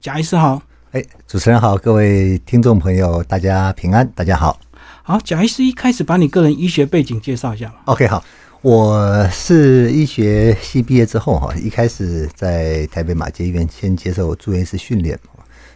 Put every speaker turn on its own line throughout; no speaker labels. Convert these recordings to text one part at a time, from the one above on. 贾医师好，
哎，主持人好，各位听众朋友，大家平安，大家好。
好，贾医师一开始把你个人医学背景介绍一下吧。
OK，好，我是医学系毕业之后哈，一开始在台北马街医院先接受住院医师训练。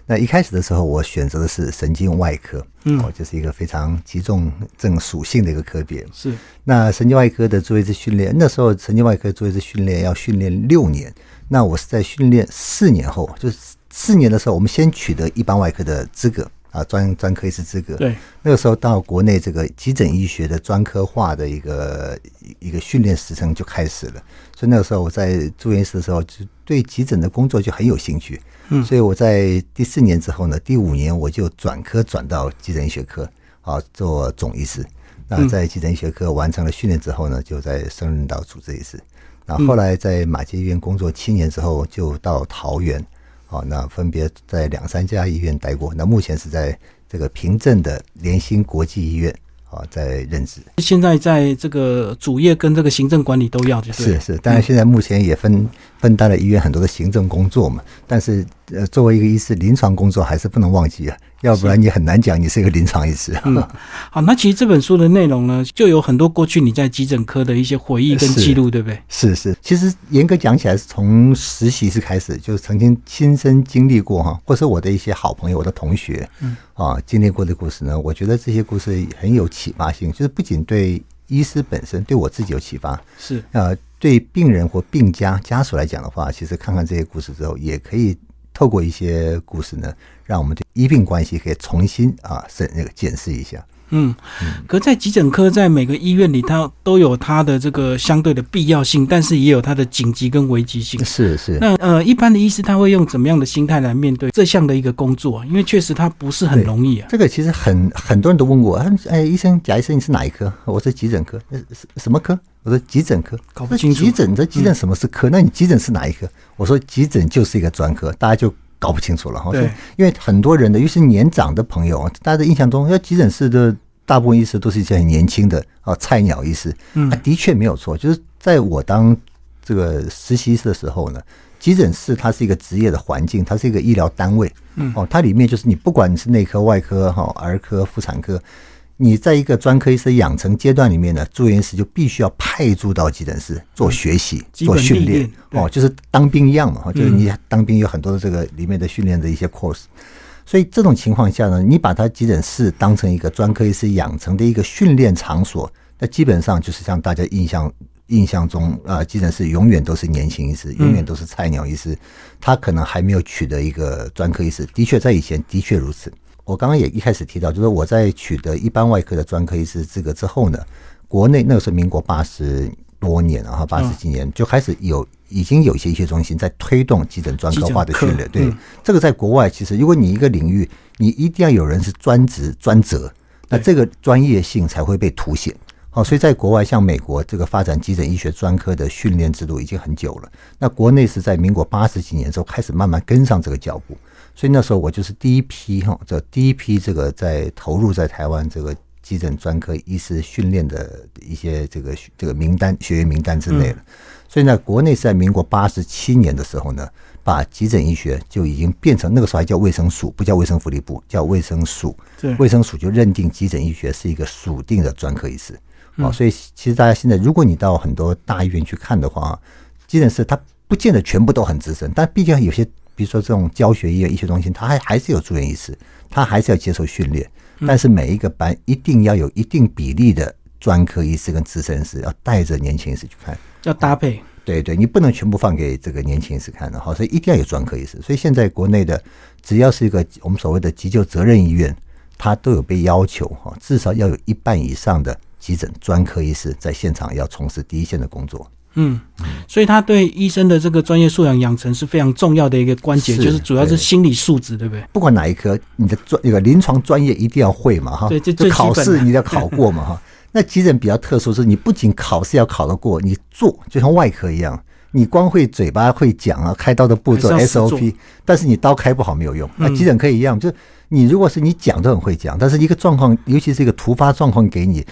那一开始的时候，我选择的是神经外科，
嗯
哦，就是一个非常急重症属性的一个科别。
是
那神经外科的做一次训练，那时候神经外科做一次训练要训练六年，那我是在训练四年后，就是四年的时候，我们先取得一般外科的资格啊，专专科医师资格。
对，
那个时候到国内这个急诊医学的专科化的一个一个训练时程就开始了，所以那个时候我在住院医师的时候，就对急诊的工作就很有兴趣。
嗯
所以我在第四年之后呢，第五年我就转科转到急诊医学科啊，做总医师。那在急诊医学科完成了训练之后呢，就在升任到主治医师。那后来在马偕医院工作七年之后，就到桃园，哦，那分别在两三家医院待过。那目前是在这个平镇的联兴国际医院啊、哦在任职。
现在在这个主业跟这个行政管理都要，就是
是是，当然现在目前也分分担了医院很多的行政工作嘛，但是呃，作为一个医师，临床工作还是不能忘记啊，要不然你很难讲你是一个临床医师。
好。那其实这本书的内容呢，就有很多过去你在急诊科的一些回忆跟
是
记录，对不对？
是是，其实严格讲起来，是从实习是开始，就是曾经亲身经历过哈，或是我的一些好朋友、我的同学，嗯啊，经历过的故事呢，我觉得这些故事很有启发性，就是不仅对医师本身，对我自己有启发，
是
呃，对病人或病家家属来讲的话，其实看看这些故事之后，也可以透过一些故事呢，让我们对医病关系可以重新啊审那个检视一下。
嗯，可在急诊科，在每个医院里，它都有它的这个相对的必要性，但是也有它的紧急跟危机性。
是是
那呃，一般的医师他会用怎么样的心态来面对这项的一个工作啊？因为确实它不是很
对
容易啊。
这个其实很很多人都问过，他们说哎，医生贾医生你是哪一科？我说急诊科，呃什什么科？我说急诊科，
搞不清楚
那急诊这急诊什么是科？那你急诊是哪一科？我说急诊就是一个专科，大家就搞不清楚了哈。
对
所以因为很多人的，尤其是年长的朋友，大家的印象中，要急诊室的大部分医师都是一些很年轻的啊菜鸟医师，
嗯
啊，的确没有错。就是在我当这个实习医师的时候呢，急诊室它是一个职业的环境，它是一个医疗单位，
嗯
哦，它里面就是你不管你是内科、外科、哈、儿科、妇产科，你在一个专科医师养成阶段里面呢，住院医师就必须要派驻到急诊室做学习、
嗯基本
做训
历
练
练，对嗯
哦，就是当兵一样嘛，哈就是你当兵有很多的这个里面的训练的一些 course。所以这种情况下呢，你把它急诊室当成一个专科医师养成的一个训练场所，那基本上就是像大家印象印象中，呃，急诊室永远都是年轻医师，
嗯
永远都是菜鸟医师，他可能还没有取得一个专科医师。的确，在以前的确如此。我刚刚也一开始提到，就是我在取得一般外科的专科医师资格之后呢，国内那个时候民国八十多年了
嗯
啊哈，然后八十几年就开始有已经有一些医学中心在推动急诊专科化的训
急诊
练。
科
对，
嗯
这个在国外其实，如果你一个领域，你一定要有人是专职专责，那
对
这个专业性才会被凸显。好，所以在国外，像美国这个发展急诊医学专科的训练制度已经很久了。那国内是在民国八十几年之后开始慢慢跟上这个脚步，所以那时候我就是第一批哈，这第一批这个在投入在台湾这个急诊专科医师训练的一些这个这个名单学员名单之内了。所以呢，国内是在民国八十七年的时候呢，把急诊医学就已经变成那个时候还叫卫生署，不叫卫生福利部，叫卫生署。
对
卫生署就认定急诊医学是一个属定的专科医师。哦，所以其实大家现在，如果你到很多大医院去看的话，急诊室它不见得全部都很资深，但毕竟有些，比如说这种教学医院、医学中心，它还还是有住院医师，他还是要接受训练。但是每一个班一定要有一定比例的专科医师跟资深医师，要带着年轻医师去看。
要搭配。
对对，你不能全部放给这个年轻医师看的哈，所以一定要有专科医师。所以现在国内的只要是一个我们所谓的急救责任医院，它都有被要求哈，至少要有一半以上的急诊专科医师在现场要从事第一线的工作。
嗯，所以他对医生的这个专业素养养成是非常重要的一个关节，
是
就是主要是
对
心理素质，对不对？
不管哪一科，你的专那个临床专业一定要会嘛哈，
对这最基
就
本
考
的
试你一定要考过嘛哈。那急诊比较特殊，是你不仅考试要考得过，你做就像外科一样，你光会嘴巴会讲啊，开刀的步骤
还是要实做
SOP，但是你刀开不好没有用。那急诊科也一样，就是你如果是你讲都很会讲，但是一个状况，尤其是一个突发状况给你，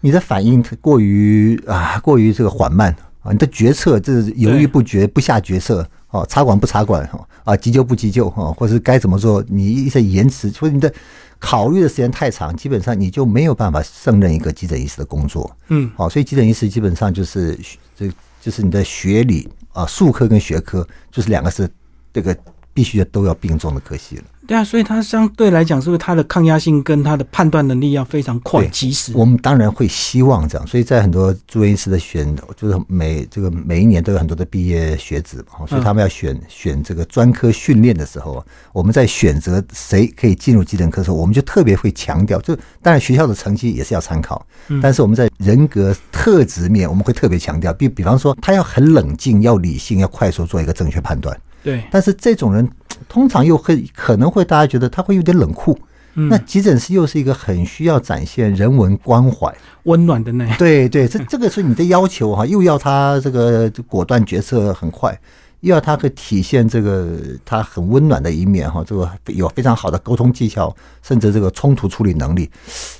你的反应过于啊过于这个缓慢。啊，你的决策这是犹豫不决，不下决策哦，插管不插管哦，啊，急救不急救哦，或是该怎么做，你一些延迟或者你的考虑的时间太长，基本上你就没有办法胜任一个急诊医师的工作。
嗯，
好、所以急诊医师基本上就是学这就是你的学理啊，术科跟学科就是两个是这个必须都要并重的科系了。
对啊，所以它相对来讲，是不是它的抗压性跟它的判断能力要非常快、
对
及时？
我们当然会希望这样，所以在很多住院医师的选，就是每这个每一年都有很多的毕业学子嘛，所以他们要选选这个专科训练的时候，我们在选择谁可以进入急诊科的时候，我们就特别会强调，就当然学校的成绩也是要参考，但是我们在人格特质面，我们会特别强调，比比方说他要很冷静，要理性，要快速做一个正确判断。
对，
但是这种人通常又会可能会大家觉得他会有点冷酷。
嗯
那急诊室又是一个很需要展现人文关怀，
温暖的那样。
对对，这这个是你的要求哈、又要他这个果断决策很快，又要他可以体现这个他很温暖的一面哈、这个有非常好的沟通技巧，甚至这个冲突处理能力，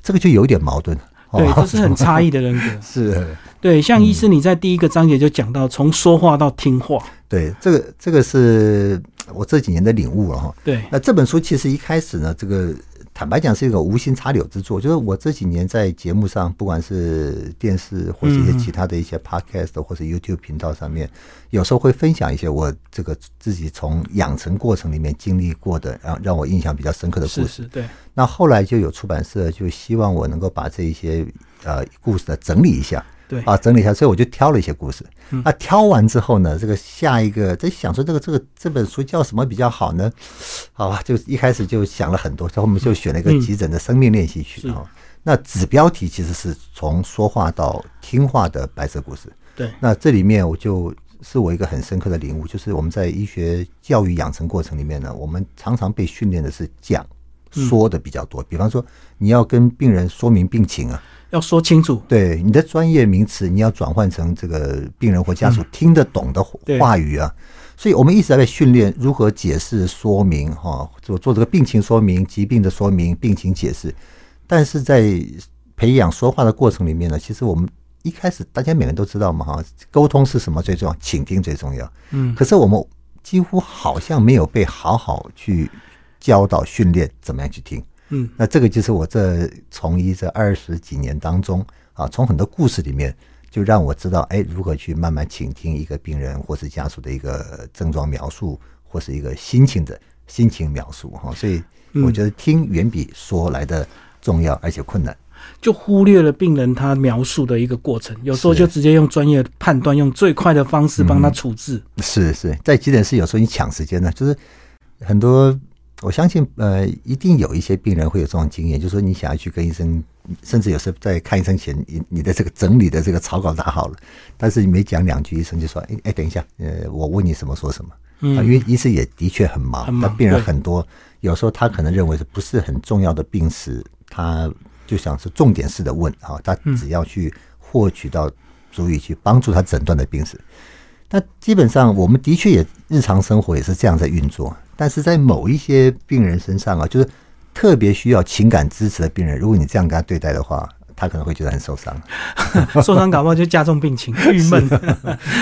这个就有一点矛盾。哦。
对，这是很差异的人格
嗯是。
对，像医师，你在第一个章节就讲到，从说话到听话。
对，这个这个是我这几年的领悟了哈。
对，
那这本书其实一开始呢，这个坦白讲是一个无心插柳之作，就是我这几年在节目上，不管是电视或是一些其他的一些 podcast 或是 YouTube 频道上面，有时候会分享一些我这个自己从养成过程里面经历过的，让让我印象比较深刻的故
是
事。
是，对，
那后来就有出版社就希望我能够把这一些呃故事呢整理一下，
对
啊整理一下，所以我就挑了一些故事。
嗯
那挑完之后呢，这个下一个在想说这个这个这本书叫什么比较好呢？好吧，就一开始就想了很多，然后我们就选了一个
嗯
急诊的生命练习曲
是
啊、哦那子标题其实是从说话到听话的白色故事。
对，
那这里面我就是我一个很深刻的领悟，就是我们在医学教育养成过程里面呢，我们常常被训练的是讲
嗯
说的比较多。比方说，你要跟病人说明病情啊，
要说清楚。
对你的专业名词，你要转换成这个病人或家属听得懂的
嗯对
话语啊。所以我们一直在被训练如何解释、说明哈，做做这个病情说明、疾病的说明、病情解释。但是在培养说话的过程里面呢，其实我们一开始大家每个人都知道嘛哈，沟通是什么最重要，倾听最重要。
嗯，
可是我们几乎好像没有被好好去教导、训练怎么样去听。
嗯，
那这个就是我这从医这二十几年当中啊，从很多故事里面就让我知道，哎，如何去慢慢倾听一个病人或是家属的一个症状描述，或是一个心情的心情描述哈、所以我觉得听远比说来的重要，而且困难。
就忽略了病人他描述的一个过程，有时候
是嗯
就直接用专业判断，用最快的方式帮他处置。
是是，在急诊室有时候你抢时间呢，就是很多我相信呃，一定有一些病人会有这种经验，就是说你想要去跟医生，甚至有时候在看医生前，你你的这个整理的这个草稿打好了，但是你没讲两句，医生就说，哎哎，等一下，呃，我问你什么说什么。啊，因为医师也的确很忙，
嗯很忙
那病人
对
很多，有时候他可能认为是不是很重要的病史，他就想是重点式的问
嗯
啊，他只要去获取到足以去帮助他诊断的病史。那基本上我们的确也日常生活也是这样在运作，但是在某一些病人身上啊，就是特别需要情感支持的病人，如果你这样跟他对待的话，他可能会觉得很受伤。
受伤感冒就加重病 情，郁闷。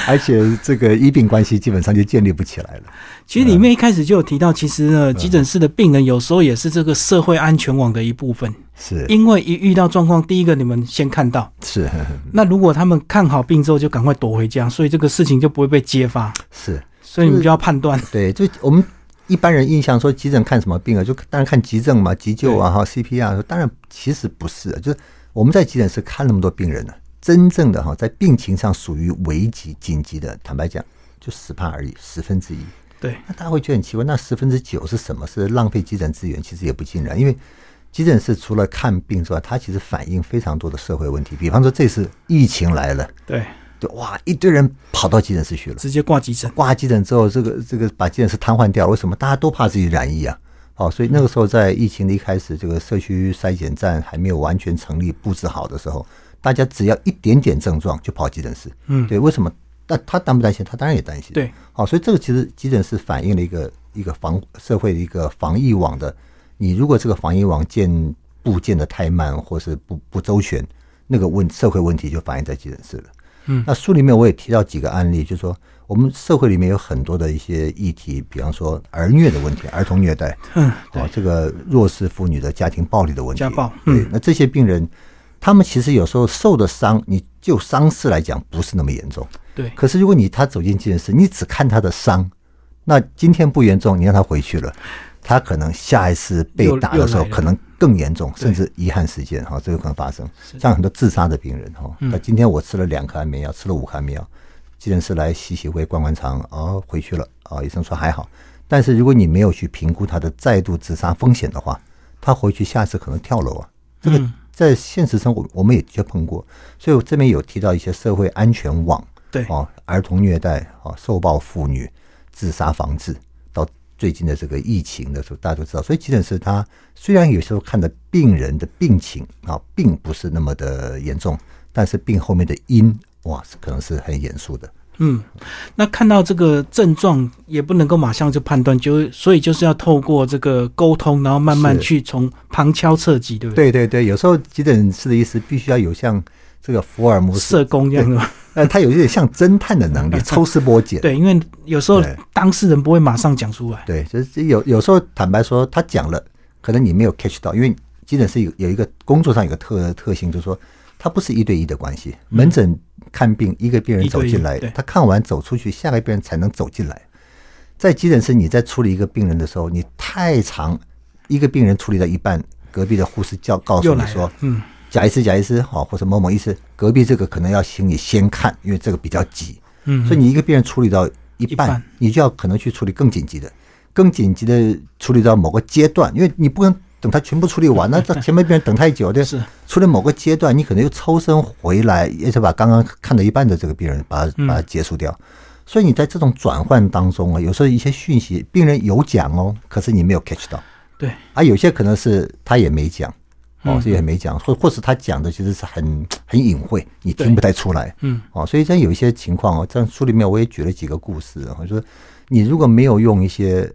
而且这个医病关系基本上就建立不起来了。
其实里面一开始就有提到，其实
嗯
呢，急诊室的病人有时候也是这个社会安全网的一部分，
是
因为一遇到状况，第一个你们先看到，
是
那如果他们看好病之后就赶快躲回家，所以这个事情就不会被揭发，
是，
所以你们就要判断。
对，就我们一般人印象说急诊看什么病啊，就当然看急症嘛，急救啊，哈 CPR，当然其实不是，啊就是我们在急诊室看那么多病人呢、真正的哈在病情上属于危急紧急的，坦白讲就十帕而已，十分之一。
对，
那大家会觉得很奇怪，那十分之九是什么？是浪费急诊资源？其实也不尽然，因为急诊室除了看病之外，它其实反映非常多的社会问题，比方说这次疫情来了，
对，
就哇一堆人跑到急诊室去了。
直接挂急诊。
挂急诊之后，这个这个把急诊室瘫痪掉，为什么？大家都怕自己染疫啊。哦，所以那个时候在疫情的一开始，这个社区筛检站还没有完全成立、布置好的时候，大家只要一点点症状就跑急诊室。嗯，对，为什么？那他担不担心？他当然也担心。
对，
好、所以这个其实急诊室反映了一个一个防社会的一个防疫网的，你如果这个防疫网建布建的太慢，或是不不周全，那个问社会问题就反映在急诊室了。
嗯
那书里面我也提到几个案例，就是说我们社会里面有很多的一些议题，比方说儿虐的问题、儿童虐待，
嗯，
哦，这个弱势妇女的家庭暴力的问题，
家暴嗯
对，那这些病人，他们其实有时候受的伤，你就伤势来讲不是那么严重，
对，
可是如果你他走进急诊室，你只看他的伤，那今天不严重，你让他回 去了，他可能下一次被
又
打的时
又
候
来了
可能更严重，
对
甚至遗憾事件哈，这有可能发生。
是
像很多自杀的病人哈，
嗯
他今天我吃了两颗安眠药，吃了五颗安眠药，急诊室来洗洗胃、灌灌肠，哦，回去了，哦，医生说还好。但是如果你没有去评估他的再度自杀风险的话，他回去下次可能跳楼啊。这个
嗯
在现实生活我们也的确碰过，所以我这边有提到一些社会安全网，
对
哦，儿童虐待哦，受暴妇女自杀防治，到最近的这个疫情的时候，大家都知道，所以急诊室它虽然有时候看的病人的病情啊、并不是那么的严重，但是病后面的因哇，可能是很严肃的。
嗯，那看到这个症状也不能够马上就判断，就所以就是要透过这个沟通，然后慢慢
是
去从旁敲侧击，对不对？
对对对，有时候急诊室的医师必须要有像这个福尔摩斯，
社工这样的，
呃，他有一点像侦探的 能力，抽丝剥茧。
对，因为有时候
对
当事人不会马上讲出来，
对，就是这有有时候坦白说，他讲了，可能你没有 catch 到，因为急诊室有有一个工作上有个特特性，就是说它不是一对一的关系，门诊看病一个病人
一对
走
嗯一
进来
对，
他看完走出去，下个病人才能走进来。在急诊室，你在处理一个病人的时候，你太长，一个病人处理到一半，隔壁的护士叫告诉
又
你
来
说
了，，嗯，
贾医师，贾医师，好，哦或者某某医师，隔壁这个可能要请你先看，因为这个比较急。
嗯
所以你一个病人处理到一半，
一半
你就要可能去处理更紧急的，更紧急的处理到某个阶段，因为你不能等他全部处理完，啊 那前面病人等太久，对，
是
处理某个阶段，你可能又抽身回来，也是把刚刚看到一半的这个病人把
嗯
它把它结束掉。所以你在这种转换当中啊，有时候一些讯息，病人有讲哦，可是你没有 catch 到。
对，
啊，有些可能是他也没讲，哦，
嗯
所以也没讲，或或是他讲的其实是很很隐晦，你
对
听不太出来，
嗯，
哦，所以像有一些情况哦，在书里面我也举了几个故事，哦，就是你如果没有用一些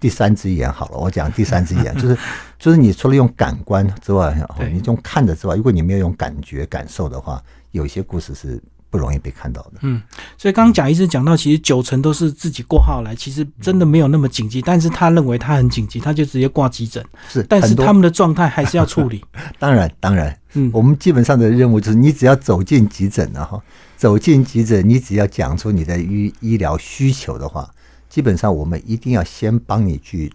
第三只眼好了，我讲第三只 眼就是就是你除了用感官之外，哦，
对
你用看的之外，如果你没有用感觉感受的话，有一些故事是不容易被看到的。
嗯所以刚刚贾医师讲到，其实九成都是自己挂号来，其实真的没有那么紧急，但是他认为他很紧急，他就直接挂急诊，
是，
但
很
是
多
他们的状态还是要处 理，
当然，当然，
嗯
我们基本上的任务就是，你只要走进急诊了哈，走进急诊，你只要讲出你的医医疗需求的话，基本上我们一定要先帮你去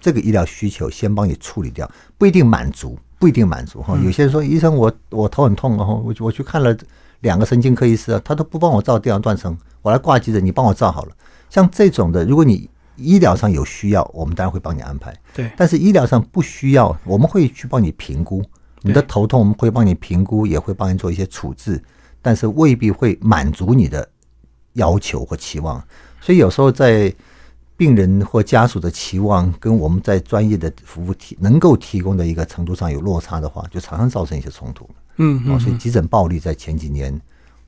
这个医疗需求先帮你处理掉，不一定满足，不一定满足哈。有些人说，医生我我头很痛，然后我去我去看了两个神经科医师啊，他都不帮我照电脑断层，我来挂急诊，你帮我照好了。像这种的，如果你医疗上有需要，我们当然会帮你安排。
对，
但是医疗上不需要，我们会去帮你评估你的头痛，我们会帮你评估，也会帮你做一些处置，但是未必会满足你的要求或期望。所以有时候在病人或家属的期望跟我们在专业的服务提能够提供的一个程度上有落差的话，就常常造成一些冲突。
嗯
哦，
嗯，
所以急诊暴力在前几年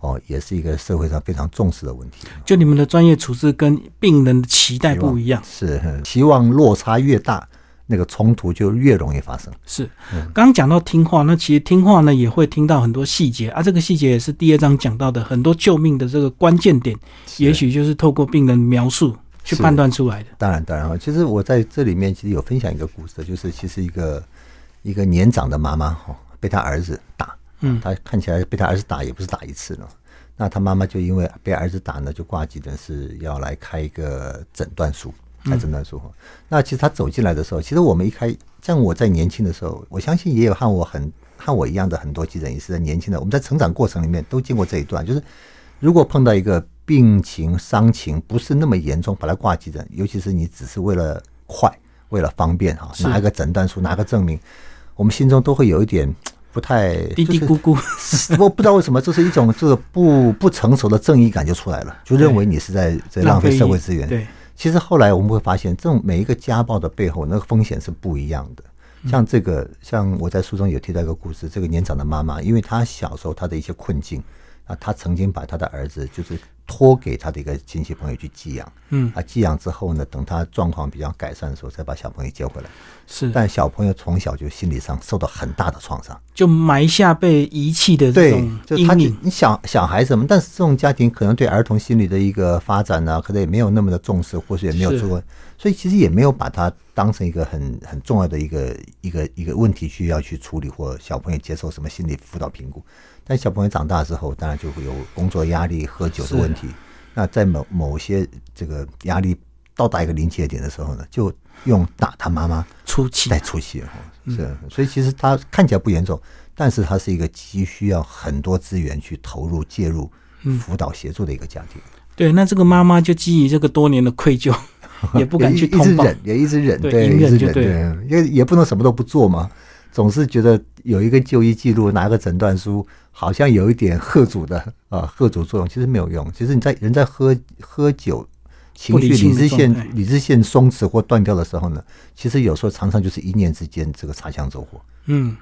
哦也是一个社会上非常重视的问题。
就你们的专业处置跟病人的期待不一样。
是嗯期望落差越大，那个冲突就越容易发生。
是，
嗯
刚刚讲到听话，那其实听话呢也会听到很多细节啊，这个细节也是第二章讲到的很多救命的这个关键点，也许就是透过病人描述去
是
判断出来的。
当然，当然啊，其实我在这里面其实有分享一个故事，就是其实一个一个年长的妈妈哈、哦，被她儿子打，
嗯
她看起来被她儿子打也不是打一次了，那她妈妈就因为被儿子打呢，就挂急诊室要来开一个诊断书，
嗯
开诊断书哈。那其实她走进来的时候，其实我们一开，像我在年轻的时候，我相信也有和我很和我一样的很多急诊医师在年轻的，我们在成长过程里面都经过这一段，就是如果碰到一个病情、伤情不是那么严重，把它挂急诊，尤其是你只是为了快、为了方便啊，
是
拿一个诊断书、拿个证明，我们心中都会有一点不太
嘀嘀咕咕，
就是 我不知道为什么，就是一种这个不不成熟的正义感就出来了，就认为你是在在浪费社会资源。
对，
其实后来我们会发现，这种每一个家暴的背后，那个风险是不一样的。
嗯
像这个，像我在书中有提到一个故事，这个年长的妈妈，因为她小时候她的一些困境啊，她曾经把她的儿子就是托给他的一个亲戚朋友去寄养。
嗯，
啊，寄养之后呢，等他状况比较改善的时候，再把小朋友接回来。
是，
但小朋友从小就心理上受到很大的创伤，
就埋下被遗弃的这
对
种，
就他
阴
你
影。
你想小孩子嘛，但是这种家庭可能对儿童心理的一个发展呢、可能也没有那么的重视，或是也没有
是
做过，所以其实也没有把它当成一个很很重要的一个一个一个问题需要去处理，或小朋友接受什么心理辅导评估。但小朋友长大之后，当然就会有工作压力、喝酒的问题。那在某某些这个压力到达一个临界点的时候呢，就用打他妈妈。
初期
带出血哦，是，所以其实它看起来不严重，但是它是一个急需要很多资源去投入、介入、
嗯
辅导、协助的一个家庭，
对，那这个妈妈就基于这个多年的愧 疚，也不敢去
也一一直
通报。
忍，也一直忍，
对
对，
隐
一
忍
直
就
忍，
对
对，也也不能什么都不做嘛，总是觉得有一个就医记录，拿个诊断书，好像有一点贺主的啊，贺主作用，其实没有用。其实你在人在喝喝酒。情
不
绪
理性
理
的
智
状态
线理智线松弛或断掉的时候呢，其实有时候常常就是一念之间这个擦枪走火。
嗯，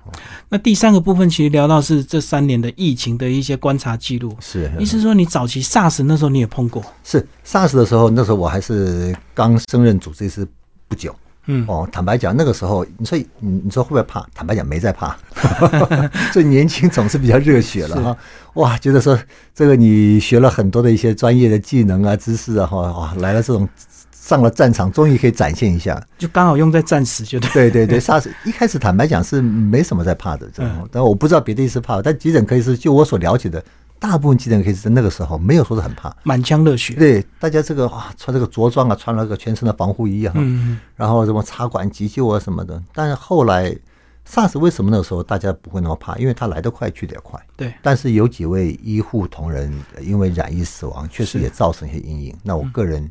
那第三个部分其实聊到是这三年的疫情的一些观察记录，
是，
意思说你早期 SARS 那时候你也碰过，
是 SARS 的时候，那时候我还是刚升任主治医师不久。
嗯
哦，坦白讲，那个时候，你说你你说会不会怕？坦白讲，没在怕， 所以年轻总是比较热血了哈。哇，觉得说这个你学了很多的一些专业的技能啊、知识啊，哈，哇，来了这种上了战场，终于可以展现一下。
就刚好用在战时，就对。
对对对，SARS 一开始坦白讲是没什么在怕的，这种但我不知道别的医师怕，但急诊科医师就我所了解的，大部分急诊科医师在那个时候没有说是很怕。
满腔热血，
对，大家这个啊，穿这个着装啊，穿了个全身的防护衣啊，
嗯，
然后什么插管急救啊什么的。但是后来 SARS 为什么那个时候大家不会那么怕？因为它来得快，去得也快。
对，
但是有几位医护同仁呃因为染疫死亡，确实也造成一些阴影。那我个人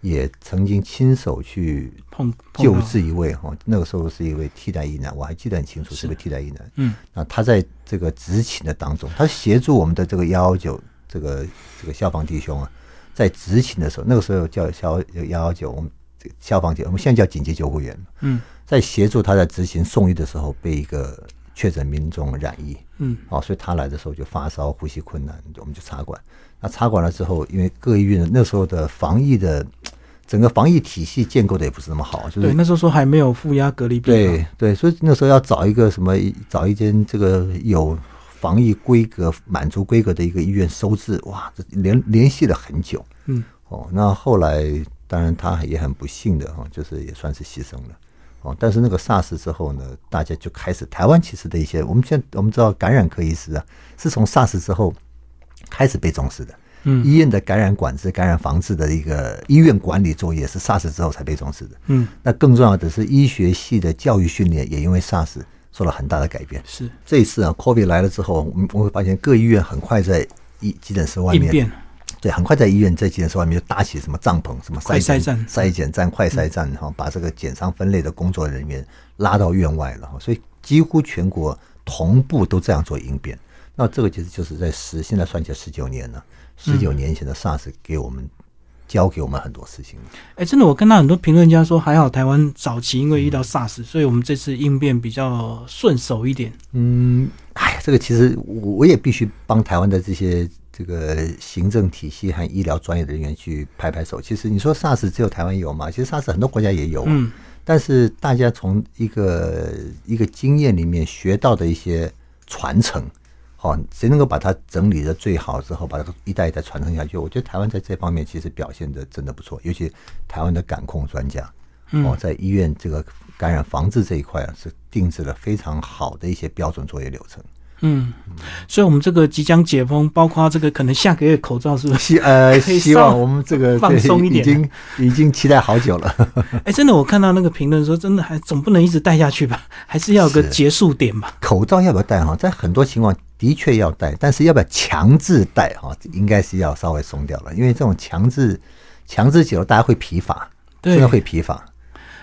也曾经亲手去
碰碰
救
到
治一位哈，那个时候是一位替代役男，我还记得很清楚，是个替代役男。
嗯，
那他在这个执勤的当中，他协助我们的这个幺幺九这个这个消防弟兄啊，在执勤的时候，那个时候叫消幺幺九，我们这个消防队，我们现在叫紧急救护员，
嗯，
在协助他在执行送医的时候，被一个确诊民众染疫，
嗯，
哦，所以他来的时候就发烧、呼吸困难，我们就插管。那插管了之后，因为各医院那时候的防疫的整个防疫体系建构的也不是那么好，就是
对，那时候说还没有负压隔离病啊房，
对对，所以那时候要找一个什么，找一间这个有防疫规格、满足规格的一个医院收治，哇，这联联系了很久。
嗯，
哦，那后来当然他也很不幸的哈、哦，就是也算是牺牲了。哦，但是那个 SARS 之后呢，大家就开始台湾其实的一些，我们现在我们知道感染科医师啊，是从 SARS 之后开始被重视的。
嗯
医院的感染管制、感染防治的一个医院管理作业是 SARS 之后才被重视的。
嗯，
那更重要的是，医学系的教育训练也因为 SARS 受了很大的改变。
是
这一次啊，COVID 来了之后，我们我会发现各医院很快在医急诊室外
应
面
变，
对，很快在医院在急诊室外面就搭起什么帐篷、什么
快
筛
筛
检
站
筛检站、快筛站，然后把这个检伤分类的工作人员拉到院外了，哈所以几乎全国同步都这样做应变。那这个其实就是在十，现在算起来十九年了，十
嗯
九年前的 SARS 给我们教给我们很多事情。
哎，真的，我看到很多评论家说，还好台湾早期因为遇到 SARS，所以我们这次应变比较顺手一点。
嗯，哎呀，这个其实我我也必须帮台湾的这些这个行政体系和医疗专业人员去拍拍手。其实你说 SARS 只有台湾有嘛？其实 SARS 很多国家也有、啊，
嗯，
但是大家从一个一个经验里面学到的一些传承，好、谁能够把它整理的最好之后，把它一代一代传承下去？我觉得台湾在这方面其实表现的真的不错，尤其台湾的感控专家，哦，在医院这个感染防治这一块啊，是定制了非常好的一些标准作业流程。
嗯，所以我们这个即将解封，包括这个可能下个月口罩是 不是？
希呃，
可以
希
稍
望我们这个
放
对
松一点
已经已经期待好 久了。
哎，真的，我看到那个评论说，真的还总不能一直戴下去 吧，还是要有个
是
结束点吧。
口罩要不要戴哈？在很多情况的确要戴，但是要不要强制戴哈？应该是要稍微松掉了，因为这种强制强制久了，大家会疲乏，
对
真啊的会疲乏。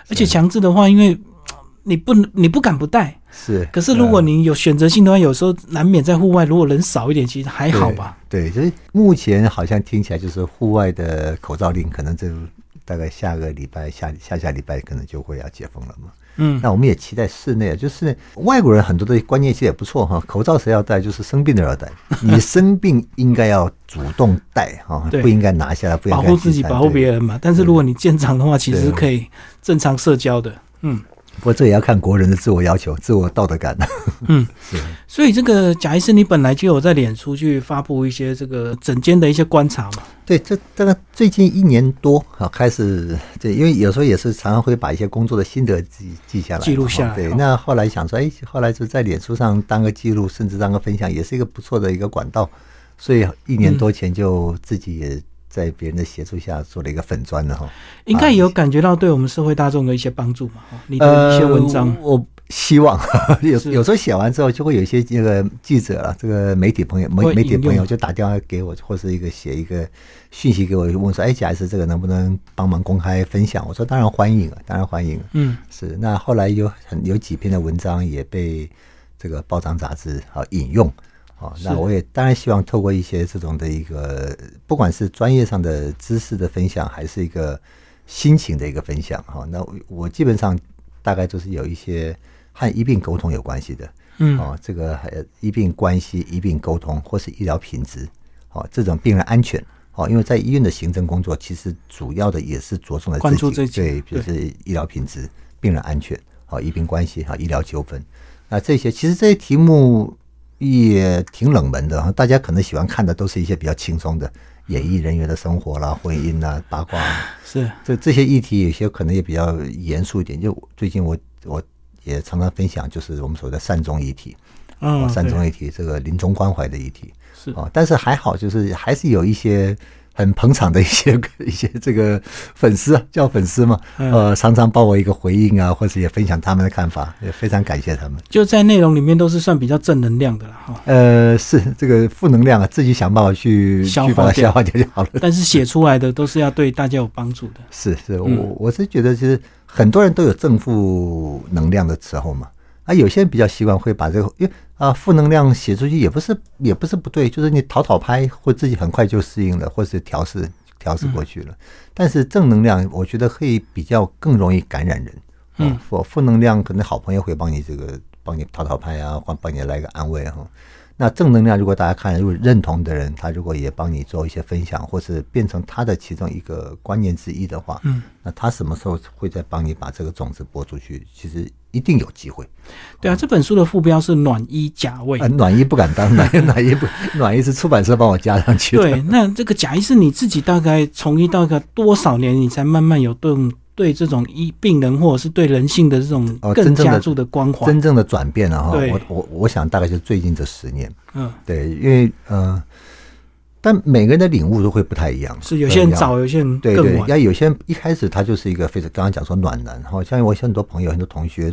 而且强制的话，因为呃你不能你不敢不戴，
是，呃
可是如
啊
果你有选择性的话，有时候难免在户外，如果人少一点，其实还好吧。
对？对，就是目前好像听起来就是户外的口罩令，可能这大概下个礼拜、下下下礼拜可能就会要解封了嘛。
嗯
那我们也期待室内，啊就是外国人很多的观念其实也不错哈。口罩谁要戴，就是生病的人 要戴。你生病应该要主动戴哈，
对
不应该拿下来，不应该
保护自己，
去戴
保护
对
别人嘛。但是如果你见长的话，其实是
对
可以正常社交的。嗯
不过这也要看国人的自我要求、自我道德感。
嗯，
是
所以这个贾医师，你本来就有在脸书去发布一些这个整间的一些观察嘛。
对，这大概最近一年多啊，开始对，因为有时候也是常常会把一些工作的心得记记下来嘛，
记录下来
对，
哦
那后来想说，哎，后来就在脸书上当个记录，甚至当个分享，也是一个不错的一个管道。所以一年
嗯
多前就自己也在别人的协助下做了一个粉砖了哈。
应该也有感觉到对我们社会大众的一些帮助嘛。哦你的一些文章，
呃、我希望 有
是
有时候写完之后，就会有一些这个记者啊，这个媒体朋友、媒
会
媒体
引用
朋友就打电话给我，或是一个写一个讯息给我，问说：“哎，贾医师，这个能不能帮忙公开分享？”我说：“当然欢迎啊，当然欢迎啊。
嗯，”
是，那后来有很有几篇的文章也被这个报章杂志啊引用。哦，那
是
我也当然希望透过一些这种的一个，不管是专业上的知识的分享，还是一个心情的一个分享哈、那我我基本上大概就是有一些和医病沟通有关系的，
嗯
哦，这个还有医病关系、医病沟通或是医疗品质，哦，这种病人安全。哦，因为在医院的行政工作，其实主要的也是着重在
关注
这
这几
对，就是医疗品质、病人安全、好医病关系、啊好医疗纠纷。那这些其实这些题目也挺冷门的哈，大家可能喜欢看的都是一些比较轻松的，演艺人员的生活啦、婚姻啦、八卦啊
是
这这些议题有些可能也比较严肃一点。就最近我我也常常分享，就是我们所谓的善终议题，
嗯，
善终
对
议题，这个临终关怀的议题
是
啊。但是还好，就是还是有一些很捧场的一些 一些这个粉丝啊，叫粉丝嘛，
嗯
呃，常常帮我一个回应啊，或者也分享他们的看法，也非常感谢他们。
就在内容里面都是算比较正能量的啦哦 哈。
呃，是这个负能量啊，自己想办法去
消
去把
化
它
掉
消化掉就好了。
但是写出来的都是要对大家有帮助的。
是是，我
嗯
我是觉得，其实很多人都有正负能量的时候嘛。啊，有些人比较习惯会把这个，因为啊，负能量写出去也不是也不是不对，就是你讨讨拍，或自己很快就适应了，或是调试调试过去了。但是正能量，我觉得可以比较更容易感染人。啊
嗯
负负能量可能好朋友会帮你这个帮你讨讨拍啊，帮帮你来个安慰哈、那正能量，如果大家看，如果认同的人，他如果也帮你做一些分享，或是变成他的其中一个观念之一的话，
嗯，
那他什么时候会再帮你把这个种子播出去？其实一定有机会。
对啊，这本书的副标是“暖衣甲味
哦啊，”。暖衣不 敢当，暖衣暖衣不暖衣是出版社帮我加上去的。
对，那这个贾医师你自己大概从医到一个多少年，你才慢慢有对对这种医病人或者是对人性的这种
哦
更
真正的
加注的关怀？
真正的转变啊了哈，
对
我我我想大概就是最近这十年，
嗯，
对，因为呃，但每个人的领悟都会不太一样，
是有些人
对要
早，有些人
对
更
对，
晚。
要有些人一开始他就是一个非常刚刚讲说暖男，哈，像我有很多朋友、很多同学，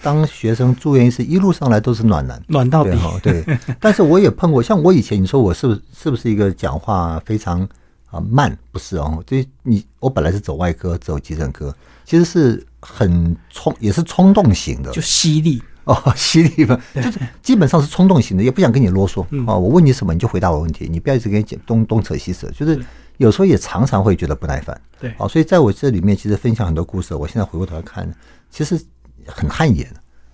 当学生住院医师一路上来都是暖男，
暖到底
对，哈，对。但是我也碰过，像我以前你说我是不是是不是一个讲话非常啊、慢？不是哦，这你我本来是走外科，走急诊科，其实是很冲，也是冲动型的，
就犀利，
哦，犀利吧，就是基本上是冲动型的，也不想跟你啰嗦啊、
嗯
我问你什么你就回答我问题，你不要一直跟你讲东东扯西扯，就是有时候也常常会觉得不耐烦。
对，
哦，所以在我这里面其实分享很多故事，我现在回过头来看，其实很汗颜，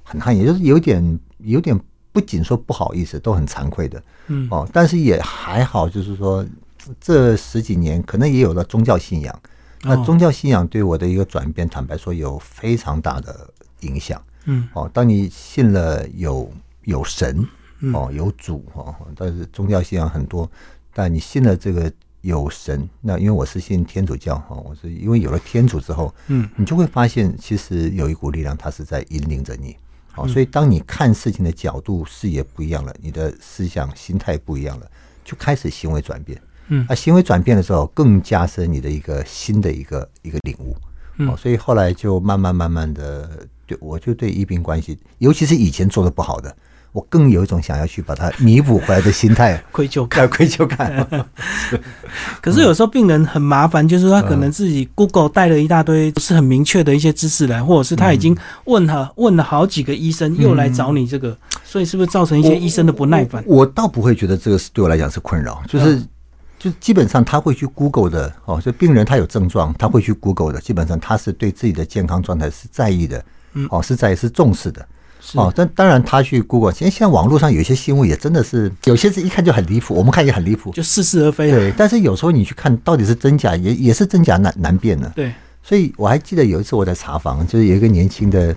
很汗颜，就是有点有点不仅说不好意思，都很惭愧的。
嗯
哦，但是也还好，就是说这十几年可能也有了宗教信仰，那
哦
宗教信仰对我的一个转变，坦白说有非常大的影响。
嗯，
哦，当你信了有有神
嗯
哦，有主哦，但是宗教信仰很多，但你信了这个有神，那因为我是信天主教哈、哦，我是因为有了天主之后，
嗯，
你就会发现其实有一股力量，它是在引领着你。
嗯
哦，所以当你看事情的角度、视野不一样了，你的思想、心态不一样了，就开始行为转变。
嗯
啊，行为转变的时候，更加深你的一个新的一个一个领悟。
嗯
哦，所以后来就慢慢慢慢的，对我就对医病关系，尤其是以前做的不好的，我更有一种想要去把它弥补回来的心态，
愧疚感。
要愧疚感。嗯
可是有时候病人很麻烦，就是他可能自己 Google 带了一大堆不是很明确的一些知识来，或者是他已
嗯
经问了问了好几个医生，又来找你这个， 所以是不是造成一些医生的不耐烦？嗯
我我倒不会觉得这个是对我来讲是困扰，就是。就基本上他会去 Google 的哦，就病人他有症状，他会去 Google 的，基本上他是对自己的健康状态是在意的，
嗯
哦，是在意是重视的。哦，但当然，他去 Google，其实现在网络上有一些新闻也真的是，有些是一看就很离谱，我们看也很离谱。
就似是而非啊。
对，但是有时候你去看到底是真假，也也是真假难难辨的。
对，
所以我还记得有一次我在查房，就是有一个年轻的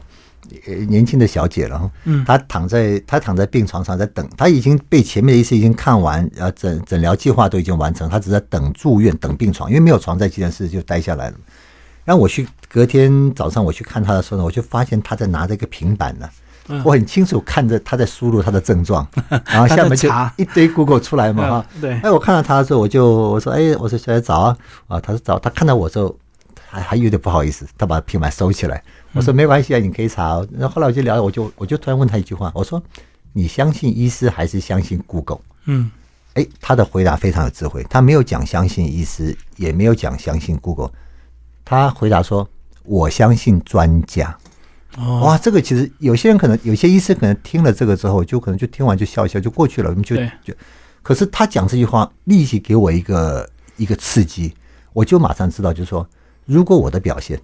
呃年轻的小姐，然后
嗯
她躺在她躺在病床上在等，她已经被前面的医师已经看完，呃诊诊疗计划都已经完成，她只在等住院等病床，因为没有床在急诊室就待下来了。然后我去隔天早上我去看她的时候呢，我就发现她在拿着一个平板呢、
嗯
我很清楚看着她在输入她的 症状，然后下面就
查
一堆 Google 出来嘛
嗯
哈，
对，
哎，我看到他的时候，我就我说，哎，我说小姐早啊，啊，他说早，他看到我之后，还还有点不好意思，他把平板收起来。我说没关系啊，你可以查。然后后来我就聊，我就我就突然问他一句话，我说你相信医师还是相信 Google？
嗯，
哎，他的回答非常有智慧，他没有讲相信医师，也没有讲相信 Google，他回答说我相信专家。
哦，
哇，这个其实有些人可能有些医师可能听了这个之后，就可能就听完就笑一笑就过去了，我们就
对
就，可是他讲这句话立即给我一个一个刺激，我就马上知道，就是说，如果我的表现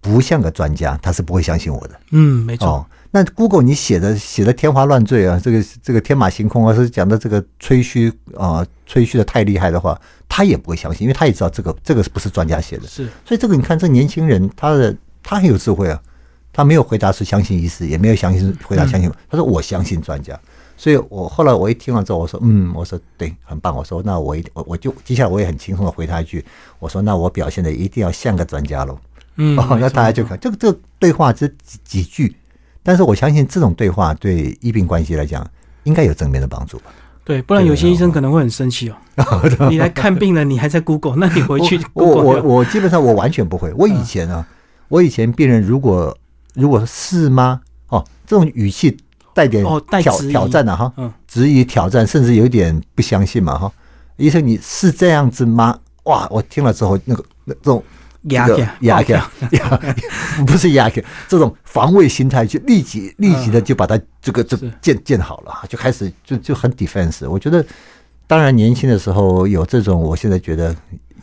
不像个专家，他是不会相信我的。
嗯，没错，
哦，那 Google 你写的写的天花乱坠啊，这个这个天马行空啊，是讲的这个吹嘘啊、吹嘘的太厉害的话，他也不会相信，因为他也知道这个这个不是专家写的。
是，
所以这个你看，这年轻人他的他很有智慧啊，他没有回答是相信医师，也没有相信回答相信，他说我相信专家。所以我后来我一听完之后，我说嗯，我说对，很棒。我说那我一我我就接下来我也很轻松的回他一句，我说那我表现的一定要像个专家喽。
嗯，
哦，那大家就看这个这个对话只几几句，但是我相信这种对话对医病关系来讲应该有正面的帮助吧。
对，不然有些医生可能会很生气哦。你来看病了，你还在 Google，那你回去
我
Google
我我
掉
我基本上我完全不 会。我以前啊，我以前病人如果如果是吗？哦，这种语气带点
哦带
挑
质疑
挑战的、啊哈，
嗯，
质疑挑战，甚至有点不相信嘛哈。医生，你是这样子吗？哇，我听了之后那个那这种
牙
这个
牙
压压 压，不是压压，这种防卫心态就立即立即的就把它这个这
是
建建好了，就开始就就很 defense。我觉得，当然年轻的时候有这种，我现在觉得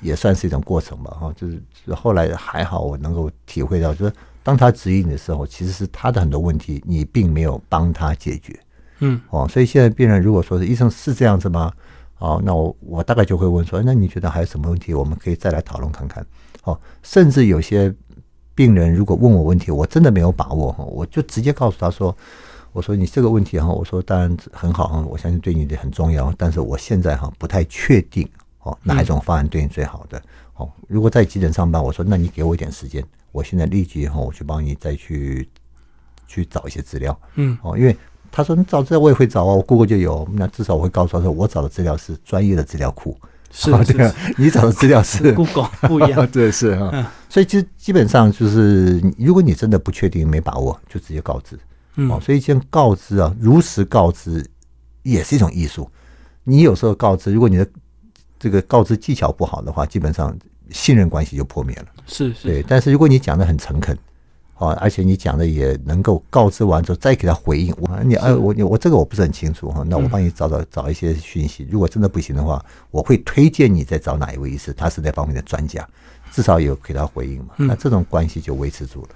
也算是一种过程吧，哈，就是就是后来还好，我能够体会到，就是当他指引你的时候，其实是他的很多问题你并没有帮他解决，
嗯，
哦，所以现在病人如果说是医生是这样子吗？哦，那我我大概就会问说，那你觉得还有什么问题，我们可以再来讨论看看。哦，甚至有些病人如果问我问题，我真的没有把握哈，我就直接告诉他说，我说你这个问题哈，我说当然很好哈，我相信对你的很重要，但是我现在哈不太确定哦哪一种方案对你最好的。哦，如果在急诊上班，我说那你给我一点时间，我现在立即哦哈我去帮你再去去找一些资料。
嗯，
哦，因为他说你找资料我也会找啊，我 Google 就有，那至少我会告诉他说我找的资料是专业的资料库，
是
哦
是
对啊，你找的资料是，
Google 不一样
对，是啊。
嗯
所以其实基本上就是，如果你真的不确定、没把握，就直接告知。哦，
嗯，
所以先告知啊，如实告知也是一种艺术。你有时候告知，如果你的这个告知技巧不好的话，基本上信任关系就破灭了。
是是，
对，但是如果你讲的很诚恳，哦，而且你讲的也能够告知完之后再给他回应，我你哎我你我这个我不是很清楚哈，那我帮你找找找一些讯息，如果真的不行的话，我会推荐你再找哪一位医师，他是那方面的专家，至少有给他回应嘛，那这种关系就维持住了。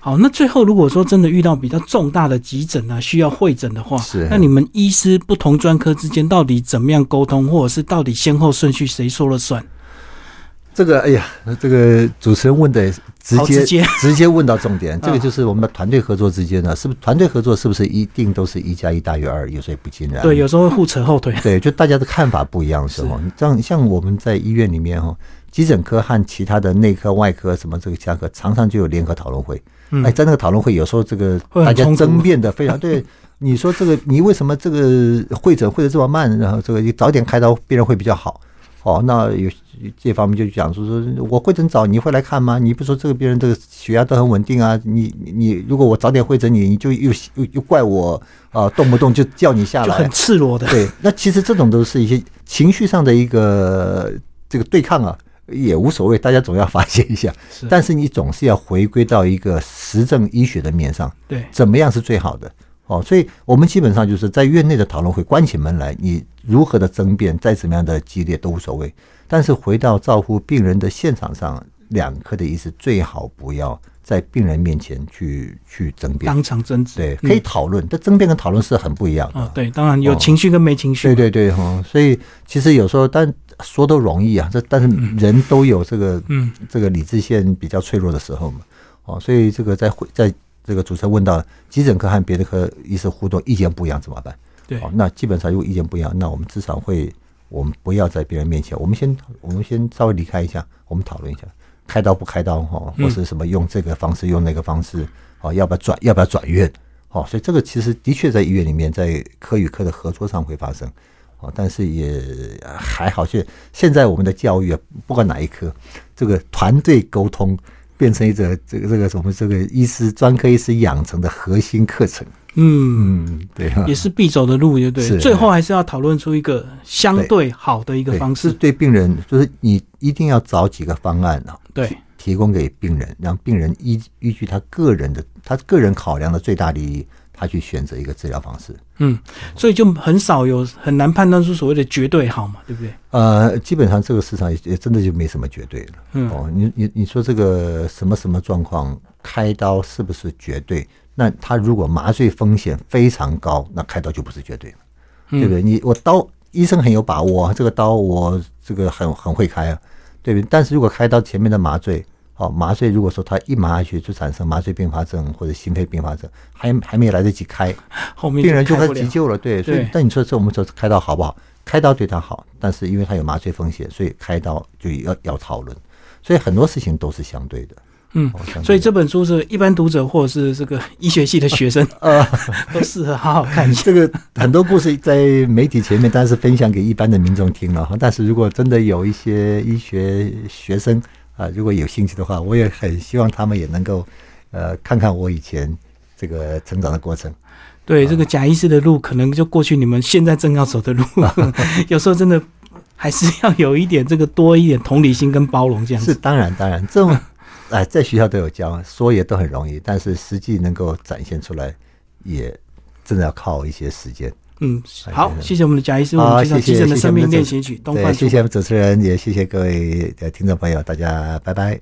好，那最后如果说真的遇到比较重大的急诊啊，需要会诊的话，
是
那你们医师不同专科之间到底怎么样沟通，或者是到底先后顺序谁说了算？
这个哎呀，这个主持人问的直
好
接嗯
直 接
问到重点，这个就是我们的团队合作之间呢，是不是团队合作是不是一定都是一加一大于二？有时候也不啊尽然。
对，有时候会互扯后腿，
对，就大家的看法不一样的时候，像像我们在医院里面哈，急诊科和其他的内科、外科什么这个加科，常常就有联合讨论会。
嗯
哎，在那个讨论会，有时候这个
会很
大家
冲突
争辩的非常对。你说这个，你为什么这个会诊会的这么慢？然后这个你早点开刀，病人会比较好。哦，那有这方面就讲说说，我会诊早，你会来看吗？你不说这个病人这个血压都很稳定啊，你你你如果我早点会诊你，你就又又又怪我啊、动不动就叫你下
就
来，啊
很赤裸的，
对，那其实这种都是一些情绪上的一个这个对抗啊，也无所谓，大家总要发泄一下。
是
但是你总是要回归到一个实证医学的面上，
对，
怎么样是最好的？哦，所以我们基本上就是在院内的讨论会关起门来，你如何的争辩，再怎么样的激烈都无所谓。但是回到照顾病人的现场上，两科的医师最好不要在病人面前去去争辩，
当场争执，嗯
对，可以讨论，但争辩跟讨论是很不一样的。
哦，对，当然有情绪跟没情绪
对
嘛，
对对，哦，所以其实有时候，但说都容易啊，这但是人都有这个
嗯，
这个理智线比较脆弱的时候嘛，哦，所以这个在会在这个主持人问到急诊科和别的科医师互动意见不一样怎么办？
对
哦，那基本上如果意见不一样，那我们至少会，我们不要在别人面前，我们先我们先稍微离开一下，我们讨论一下，开刀不开刀哈、哦，
嗯
或是什么用这个方式用那个方式，哦，要不要转要不要转院？哦，所以这个其实的确在医院里面，在科与科的合作上会发生。哦，但是也还好，现现在我们的教育啊，不管哪一科，这个团队沟通变成一个这个这个什么这个医师专科医师养成的核心课程。
嗯，
嗯，对啊，
也是必走的路，就对
是
了，最后还是要讨论出一个相对好的一个
对
方
是
式，
对病人，就是你一定要找几个方案啊，
对，
提供给病人，让病人依依据他个人的他个人考量的最大利益，他去选择一个治疗方式。
嗯，所以就很少有很难判断出所谓的绝对好嘛，对不对？
呃，基本上这个市场也也真的就没什么绝对了。
嗯
哦，你你你说这个什么什么状况，开刀是不是绝对？那他如果麻醉风险非常高，那开刀就不是绝对了，对不对？你我刀医生很有把握啊，这个刀我这个很很会开啊，对不对？但是如果开刀前面的麻醉，哦，麻醉如果说他一麻下去就产生麻醉并发症或者心肺并发症，还还没来得及开，
后面
病人就
开
开
不
始
了
急救了，对，所以
对
但你说这我们说开刀好不好？开刀对他好，但是因为他有麻醉风险，所以开刀就要要讨论，所以很多事情都是相对的。
嗯
哦，相对的
所以这本书是一般读者或者是这个医学系的学生，
呃，
都适合好好看一下。
这个很多故事在媒体前面，当然是分享给一般的民众听了哈。但是如果真的有一些医学学生啊、如果有兴趣的话，我也很希望他们也能够呃看看我以前这个成长的过程。
对，
啊
这个贾医师的路可能就过去你们现在正要走 的路，有时候真的还是要有一点这个多一点同理心跟包容这样
是
子。
当然当然，这种哎在学校都有教，说也都很容易，但是实际能够展现出来，也真的要靠一些时间。
嗯，
哎
好，
真的
谢谢我们的贾医师，为我
好，
们介绍
谢啊
急
谢谢
诊
谢
的生
我们
命
的
练
主
习曲，东
对，
方
谢谢主持人，也谢谢各位呃听众朋友，大家拜拜。